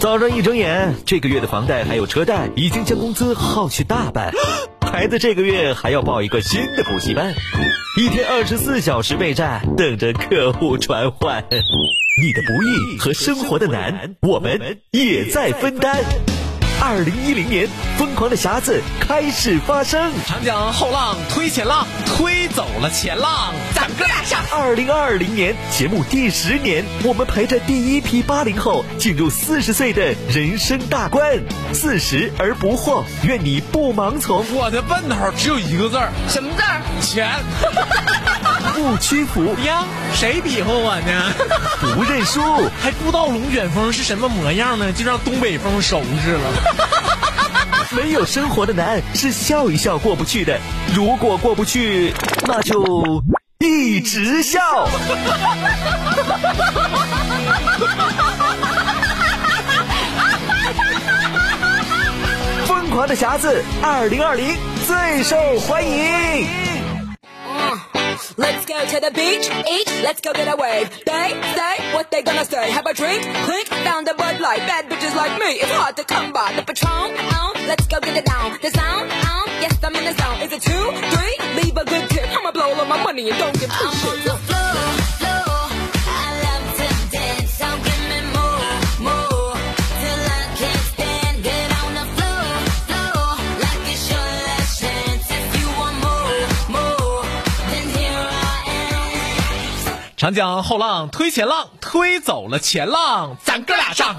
早上一睁眼，这个月的房贷还有车贷已经将工资耗去大半，孩子这个月还要报一个新的补习班，一天二十四小时备战，等着客户传唤。你的不易和生活的难，我们也在分担。二零一零年，疯狂的匣子开始发生。长江后浪推前浪，推走了前浪，咱哥俩上。二零二零年节目第十年，我们陪着第一批八零后进入四十岁的人生大关。四十而不惑，愿你不盲从，我的奔头只有一个字儿，什么字儿？钱。不屈服，呀，谁比划我呢？不认输。 还不知道龙卷风是什么模样呢，就让东北风收拾了。 没有生活的难是笑一笑过不去的，如果过不去，那就一直笑。 疯狂的匣子，二零二零最受欢迎。 Let's go to the beach, eat, let's go get a wave. They say what they gonna say. Have a drink, click, found a Bud Light. Bad bitches like me, it's hard to come by. The Patron, on, let's go get it down. The sound, on, yes I'm in the zone. Is it two, three? Leave a good tip. I'ma blow all of my money and don't give two shits. I 长江后浪推前浪，推走了前浪，咱哥俩上。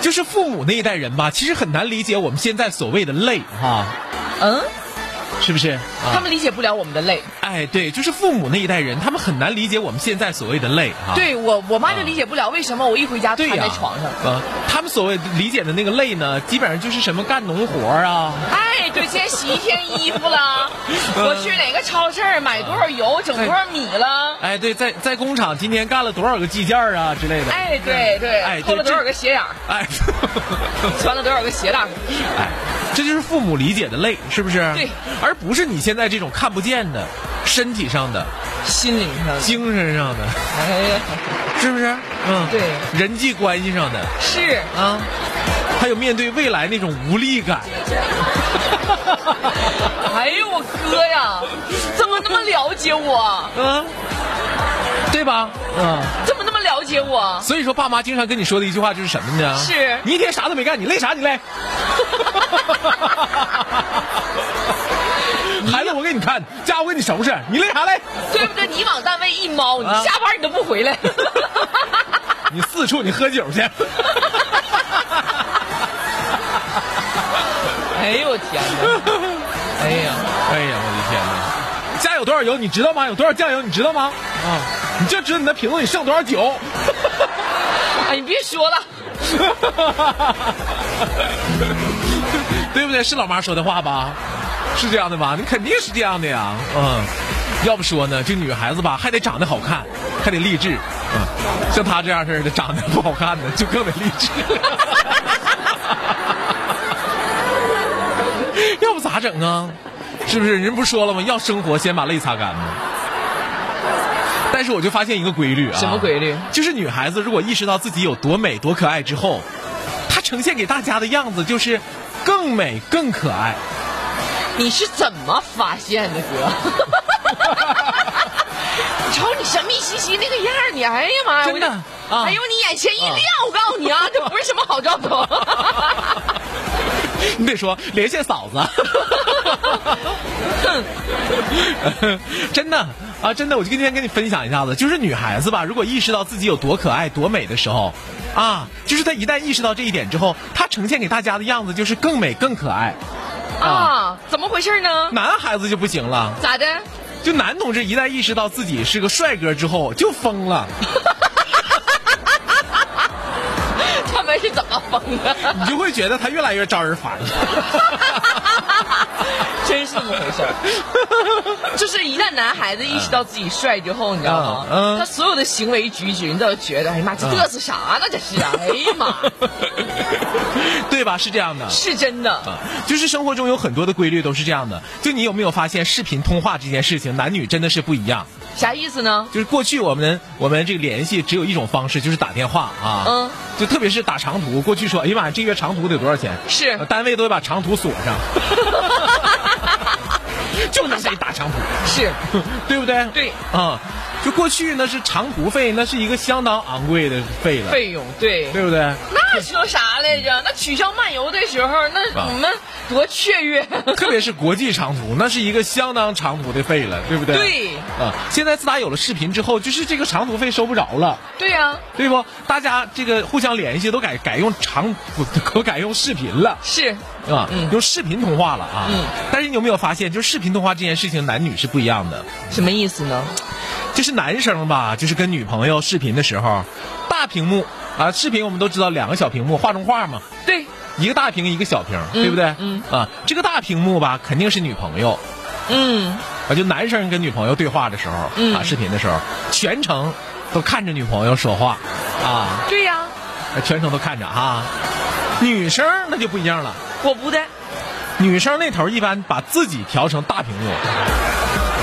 就是父母那一代人吧，其实很难理解我们现在所谓的累哈、嗯，是不是？他们理解不了我们的累。哎，对，就是父母那一代人，他们很难理解我们现在所谓的累啊。对我，我妈就理解不了为什么我一回家对躺呀、在床上。呃，他们所谓理解的那个累呢，基本上就是什么干农活儿啊，哎，对，今天洗一天衣 服了，嗯我去哪个超市儿买多少油，整多少米了。哎，对，在在工厂今天干了多少个计件儿啊之类的。哎，对哎对，对偷了多少这个鞋眼儿，哎， 穿了多少个鞋带儿。哎，这就是父母理解的累，是不是？对，而不是你现在这种看不见的、身体上的、心灵上的，精神上的，哎呀，是不是？嗯，对，人际关系上的是啊，还有面对未来那种无力感。哎呦，我哥呀，怎么那么了解我？嗯，对吧？嗯，怎么那么了解我？所以说爸妈经常跟你说的一句话就是什么呢？是你一天啥都没干，你累啥你 累？孩子，我给你看，家我给你收拾，你累啥累？对不对？你往单位一猫，你啊下班你都不回 来。你四处你喝酒去。哎呦我天哪！哎呀，哎呀，我的天哪！家有多少油你知道吗？有多少酱油你知道吗？啊，你就知道你的瓶子里剩多少酒。哎，你别说了，对不对？是老妈说的话吧？是这样的吧？你肯定是这样的呀。嗯，要不说呢，这女孩子吧，还得长得好看，还得励志。嗯，像她这样式儿的，长得不好看的， 就更得励志。要不咋整啊？是不是？人不是说了吗？要生活，先把泪擦干吗？但是我就发现一个规律啊，什么规律？就是女孩子如果意识到自己有多美、多可爱之后，她呈现给大家的样子就是更美、更可爱。你是怎么发现 的，哥？瞅你神秘兮兮那个样儿，你哎呀妈呀！真的我就啊哎呦，你眼前一亮！我告诉你啊，这不是什么好兆头。你得说连线嫂子， 真的啊，真的，我就今天跟你分享一下子，就是女孩子吧，如果意识到自己有多可爱、多美的时候，啊，就是她一旦意识到这一点之后，她呈现给大家的样子就是更美、更可爱。啊，怎么回事呢？男孩子就不行了，咋的？就男同志一旦意识到自己是个帅哥之后，就疯了。他们是怎么疯的？你就会觉得他越来越招人烦了。真是这么回事儿 啊就是一旦男孩子意识到自己帅之后，你知道吗？嗯嗯他所有的行为举止，你都觉得，哎呀妈，这嘚瑟啥呢？这是啊，哎呀 妈，对吧？是这样的。是真的。啊， 就是生活中有很多的规律都是这样的。就你有没有发现，视频通话这件事情，男女真的是不一样。啥意思呢？就是过去我们我们这个联系只有一种方式，就是打电话啊。嗯。就特别是打长途，过去说，哎呀妈呀，这月长途得多少钱？是呃单位都得把长途锁上。 就拿谁打长途， 是，对不对？对。啊、就过去那是长途费，那是一个相当昂贵的费了，费用对。对不对？那说啥来着？那取消漫游的时候，那啊我们多雀跃。 特别是国际长途，那是一个相当长途的费了，对不对？对啊、现在自打有了视频之后，就是这个长途费收不着了，对呀，对不？大家这个互相联系都改改用长， 都改用视频了是啊、嗯用视频通话了啊。嗯但是你有没有发现，就是视频通话这件事情，男女是不一样的。什么意思呢？就是男生吧，就是跟女朋友视频的时候，大屏幕啊，视频我们都知道两个小屏幕画中画嘛，对，一个大屏一个小屏，对不对？嗯啊，这个大屏幕吧，肯定是女朋友。嗯，啊，就男生跟女朋友对话的时候，嗯啊，视频的时候，全程都看着女朋友说话，啊，对呀，全程都看着啊。女生那就不一样了，我不的，女生那头一般把自己调成大屏幕，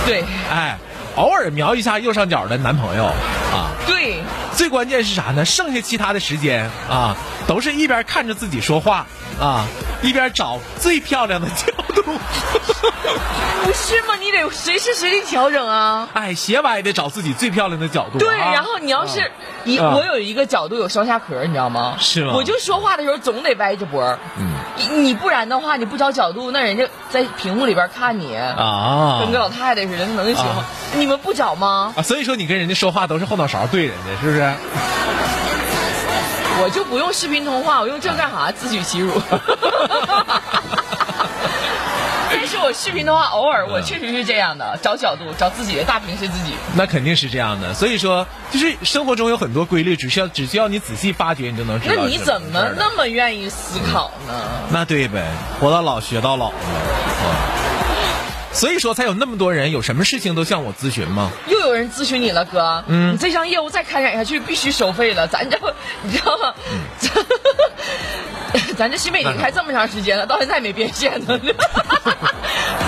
对哎，偶尔瞄一下右上角的男朋友，啊，对，最关键是啥呢？剩下其他的时间啊，都是一边看着自己说话啊，一边找最漂亮的角度，不是吗？你得随时随地调整啊。哎，斜歪的找自己最漂亮的角度啊。对，然后你要啊是一，啊我有一个角度有烧虾壳，你知道嗯吗？是吗我就说话的时候总得歪着脖，嗯，你不然的话你不找角度，那人家在屏幕里边看你，啊，跟个老太太似的，能行吗？你们不找吗？啊，所以说你跟人家说话都是后脑勺对人家，是不是？我就不用视频通话，我用这干啥？自取其辱。 但是我视频通话偶尔我确实是这样的，找角度，找自己的大屏是自己。那肯定是这样的。所以说，就是生活中有很多规律，只需要只需要你仔细发掘，你就能知道。那你怎么那？么愿意思考呢？那对呗，活到老学到老嘛。啊所以说，才有那么多人有什么事情都向我咨询嘛。又有人咨询你了，哥，嗯你这项业务再开展下去必须收费了。咱这不，你知 道吗？咱这新美林开这么长时间了，到现在也没变现呢。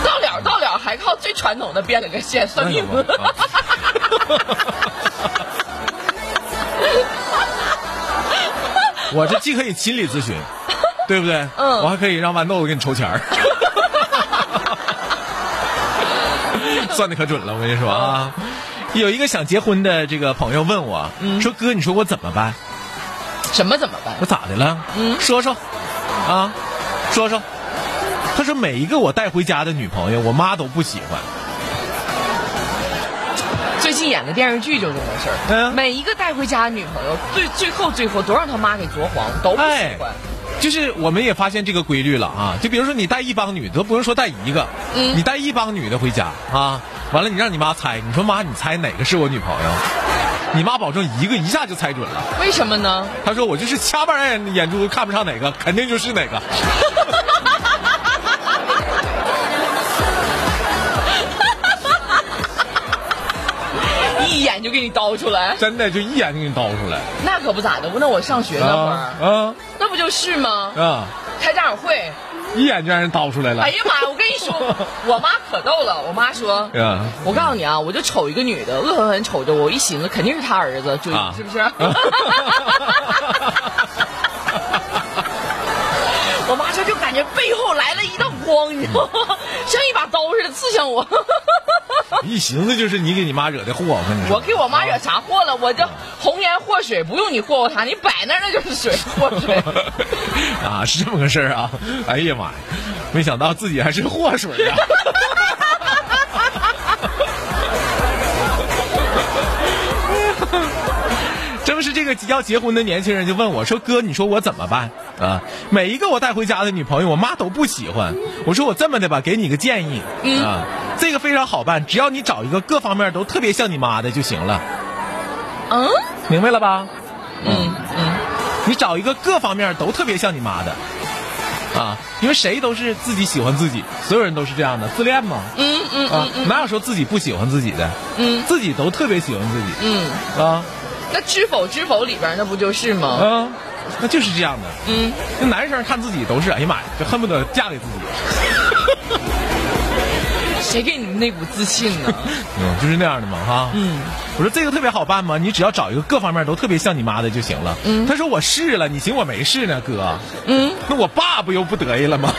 到了到了，还靠最传统的变了个现，算命。那有吗啊 我这既可以心理咨询，对不对？嗯我还可以让豌豆子给你抽钱儿。算的可准了，我跟你说啊。有一个想结婚的这个朋友问我，说哥，你说我怎么办？什么怎么办我？咋的了？嗯说说，啊，说说。他说每一个我带回家的女朋友，我妈都不喜欢。最近演的电视剧就这么回事儿。嗯每一个带回家的女朋友，最最后最后都让他妈给啄黄，都不哎喜欢。就是我们也发现这个规律了啊！就比如说你带一帮女的，都不用说带一个，嗯你带一帮女的回家啊，完了你让你妈猜，你说妈，你猜哪个是我女朋友？你妈保证一个一下就猜准了。为什么呢？她说我就是掐巴眼眼珠看不上哪个，肯定就是哪个。一眼就给你叨出来，真的就一眼就给你叨出来那可不咋的。那我上学那会儿，啊那不就是吗啊！？啊开家长会，一眼就让人叨出来了。哎呀妈呀！我跟你说， 我妈可逗了。我妈说，呀我告诉你啊，我就瞅一个女的，恶狠狠瞅着我，我一寻思肯定是她儿子，就、啊是不是？ 我妈说就感觉背后来了一道光，你知道嗯吗？像一把刀似的刺向我。一寻思就是你给你妈惹的祸，我跟你说。我给我妈惹啥祸了？我这红颜祸水不用你霍霍她，你摆那儿那就是水祸水。 啊，是这么个事儿啊！哎呀妈呀，没想到自己还是祸水啊！ 正是这个即将结婚的年轻人就问我说：“哥，你说我怎么办啊？每一个我带回家的女朋友，我妈都不喜欢。我说我这么的吧，给你个建议啊，这个非常好办，只要你找一个各方面都特别像你妈的就行了，嗯明白了吧？嗯嗯，你找一个各方面都特别像你妈的，啊，因为谁都是自己喜欢自己，所有人都是这样的自恋嘛，嗯嗯啊，哪有说自己不喜欢自己的？嗯，自己都特别喜欢自己，嗯，啊那知否知否里边那不就是吗？啊，那就是这样的。嗯。那男生看自己都是，哎呀妈呀，就恨不得嫁给自己。 谁给你们那股自信呢？嗯，就是那样的嘛，哈。嗯，我说这个特别好办嘛，你只要找一个各方面都特别像你妈的就行了。嗯，他说我试了，你寻我没试呢，哥。嗯，那我爸不又不得意了吗？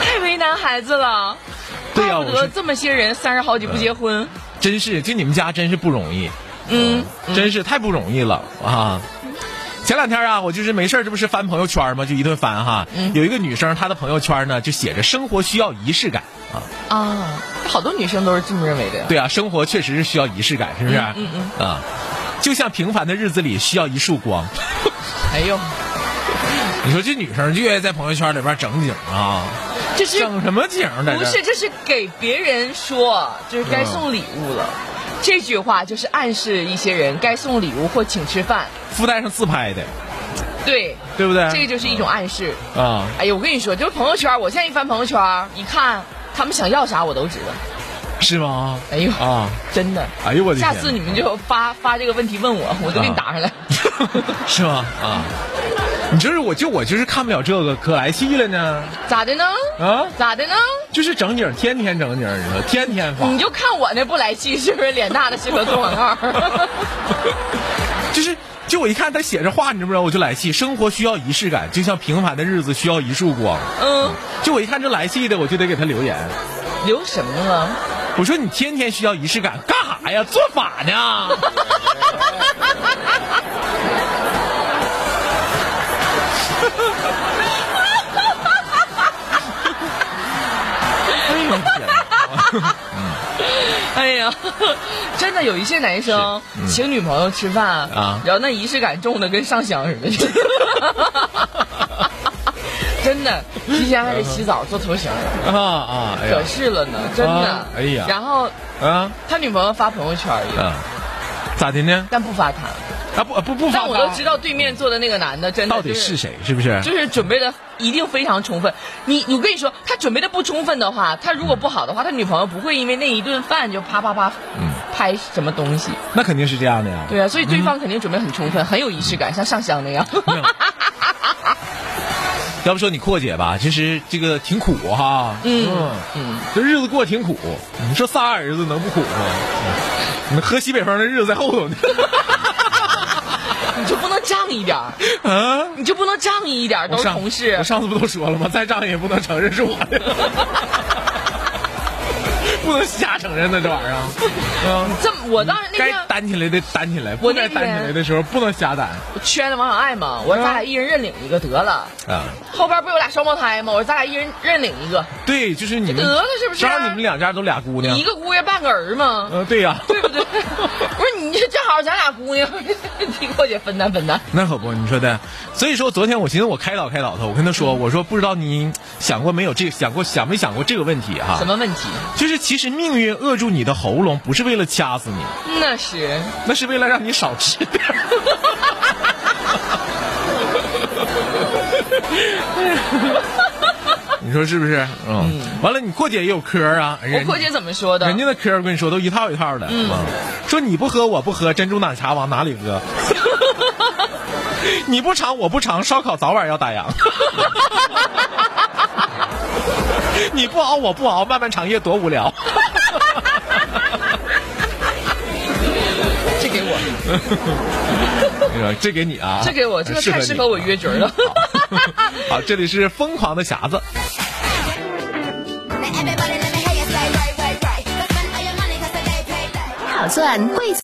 太为难孩子了，对呀怪不我得是这么些人三十好几不结婚。真是，就你们家真是不容易，嗯，真是太不容易了啊！前两天啊，我就是没事儿这不是翻朋友圈吗？就一顿翻哈，嗯有一个女生，她的朋友圈呢就写着“生活需要仪式感”啊，啊，好多女生都是这么认为的呀。对啊，生活确实是需要仪式感，是不是？嗯嗯啊，就像平凡的日子里需要一束光。哎呦，你说这女生就愿意在朋友圈里边整景啊，这是整什么景儿在这？不是，这是给别人说，就是该送礼物了。这句话就是暗示一些人该送礼物或请吃饭，附带上自拍的，对，对不对？这个就是一种暗示。啊，哎呦，我跟你说，就是朋友圈，我现在一翻朋友圈，一看他们想要啥我都知道。是吗？哎呦啊，真的，哎呦我的天下哪！啊次你们就发发这个问题问我，我就给你答上来。 是吗？啊，你就是我就我就是看不了这个，可来气了呢咋的呢？啊！咋的呢？就是整景，天天整景，你说天天发，你就看我那不来气，是不是脸大的适合做广告？ 就是就我一看他写着话，你知不知道？我就来气。生活需要仪式感，就像平凡的日子需要一束光。嗯，就我一看这来气的，我就得给他留言。 留什么啊了？我说你天天需要仪式感，干啥呀？做法呢？ 哎呦我天哪！哎呀，真的有一些男生请女朋友吃饭嗯啊然后那仪式感重的 跟上香似 的。真的，提前还得洗澡做头型，啊啊！哎可呀是了呢，真的啊。哎呀然后啊他女朋友发朋友圈儿也，啊！咋的呢？但不发他。啊不不不发但我都他知道对面坐的那个男的，真的到底就是谁，啊是不是？就是准备的一定非常充分。你我跟你说，他准备的不充分的话，他如果不好的话，他女朋友不会因为那一顿饭就啪啪啪嗯拍什么东西。那肯定是这样的呀。对啊，所以对方肯定准备很充分，很有仪式感，像上香那样。要不说你阔姐吧，其实这个挺苦哈。嗯嗯，这日子过得挺苦。你说仨儿子能不苦吗？嗯你们喝西北风的日子在后头呢。 你就不能仗义点儿，啊，你就不能仗义一点儿，都我是上同我事。上次不都说了吗？再仗义也不能承认是我的， 不能瞎承认呢，这玩意儿啊。嗯这么我当时那该天担起来的担起来，不我那啊该担起来的时候不能瞎担我圈的王小爱嘛，我说咱俩一人认领一个得了。啊。后边不有俩双胞胎吗？我说咱俩一人认领一个，对，就是你们得了是不是啊正好你们两家都俩姑娘一。个姑爷半个儿嘛。嗯、对呀、对不 对？不是你这正好咱俩姑娘， 替阔姐分担分担。那可不，你说的。所以说，昨天我寻思我开导开导他，我跟他嗯说，我说不知道你想过没有这想过想没想过这个问题哈、什么问题？就是其实命运扼住你的喉咙，不是为了掐死你，那是那是为了让你少吃点儿。 你说是不是？嗯，完了，你阔姐也有嗑儿啊。我人阔姐怎么说的？人家的嗑儿，我跟你说都一套一套的。嗯，说你不喝我不喝，珍珠奶茶往哪里喝？ 你不尝我不尝，烧烤早晚要打 烊。你不熬我不熬，漫漫长夜多无 聊。这给我，呃这给你啊，这给我，这个太你啊适合我约局儿了。好，这里是疯狂的匣子。 Now everybody let me hear you say right, right, right. Let's spend all your money 'cause the day pay day. 好赚，贵。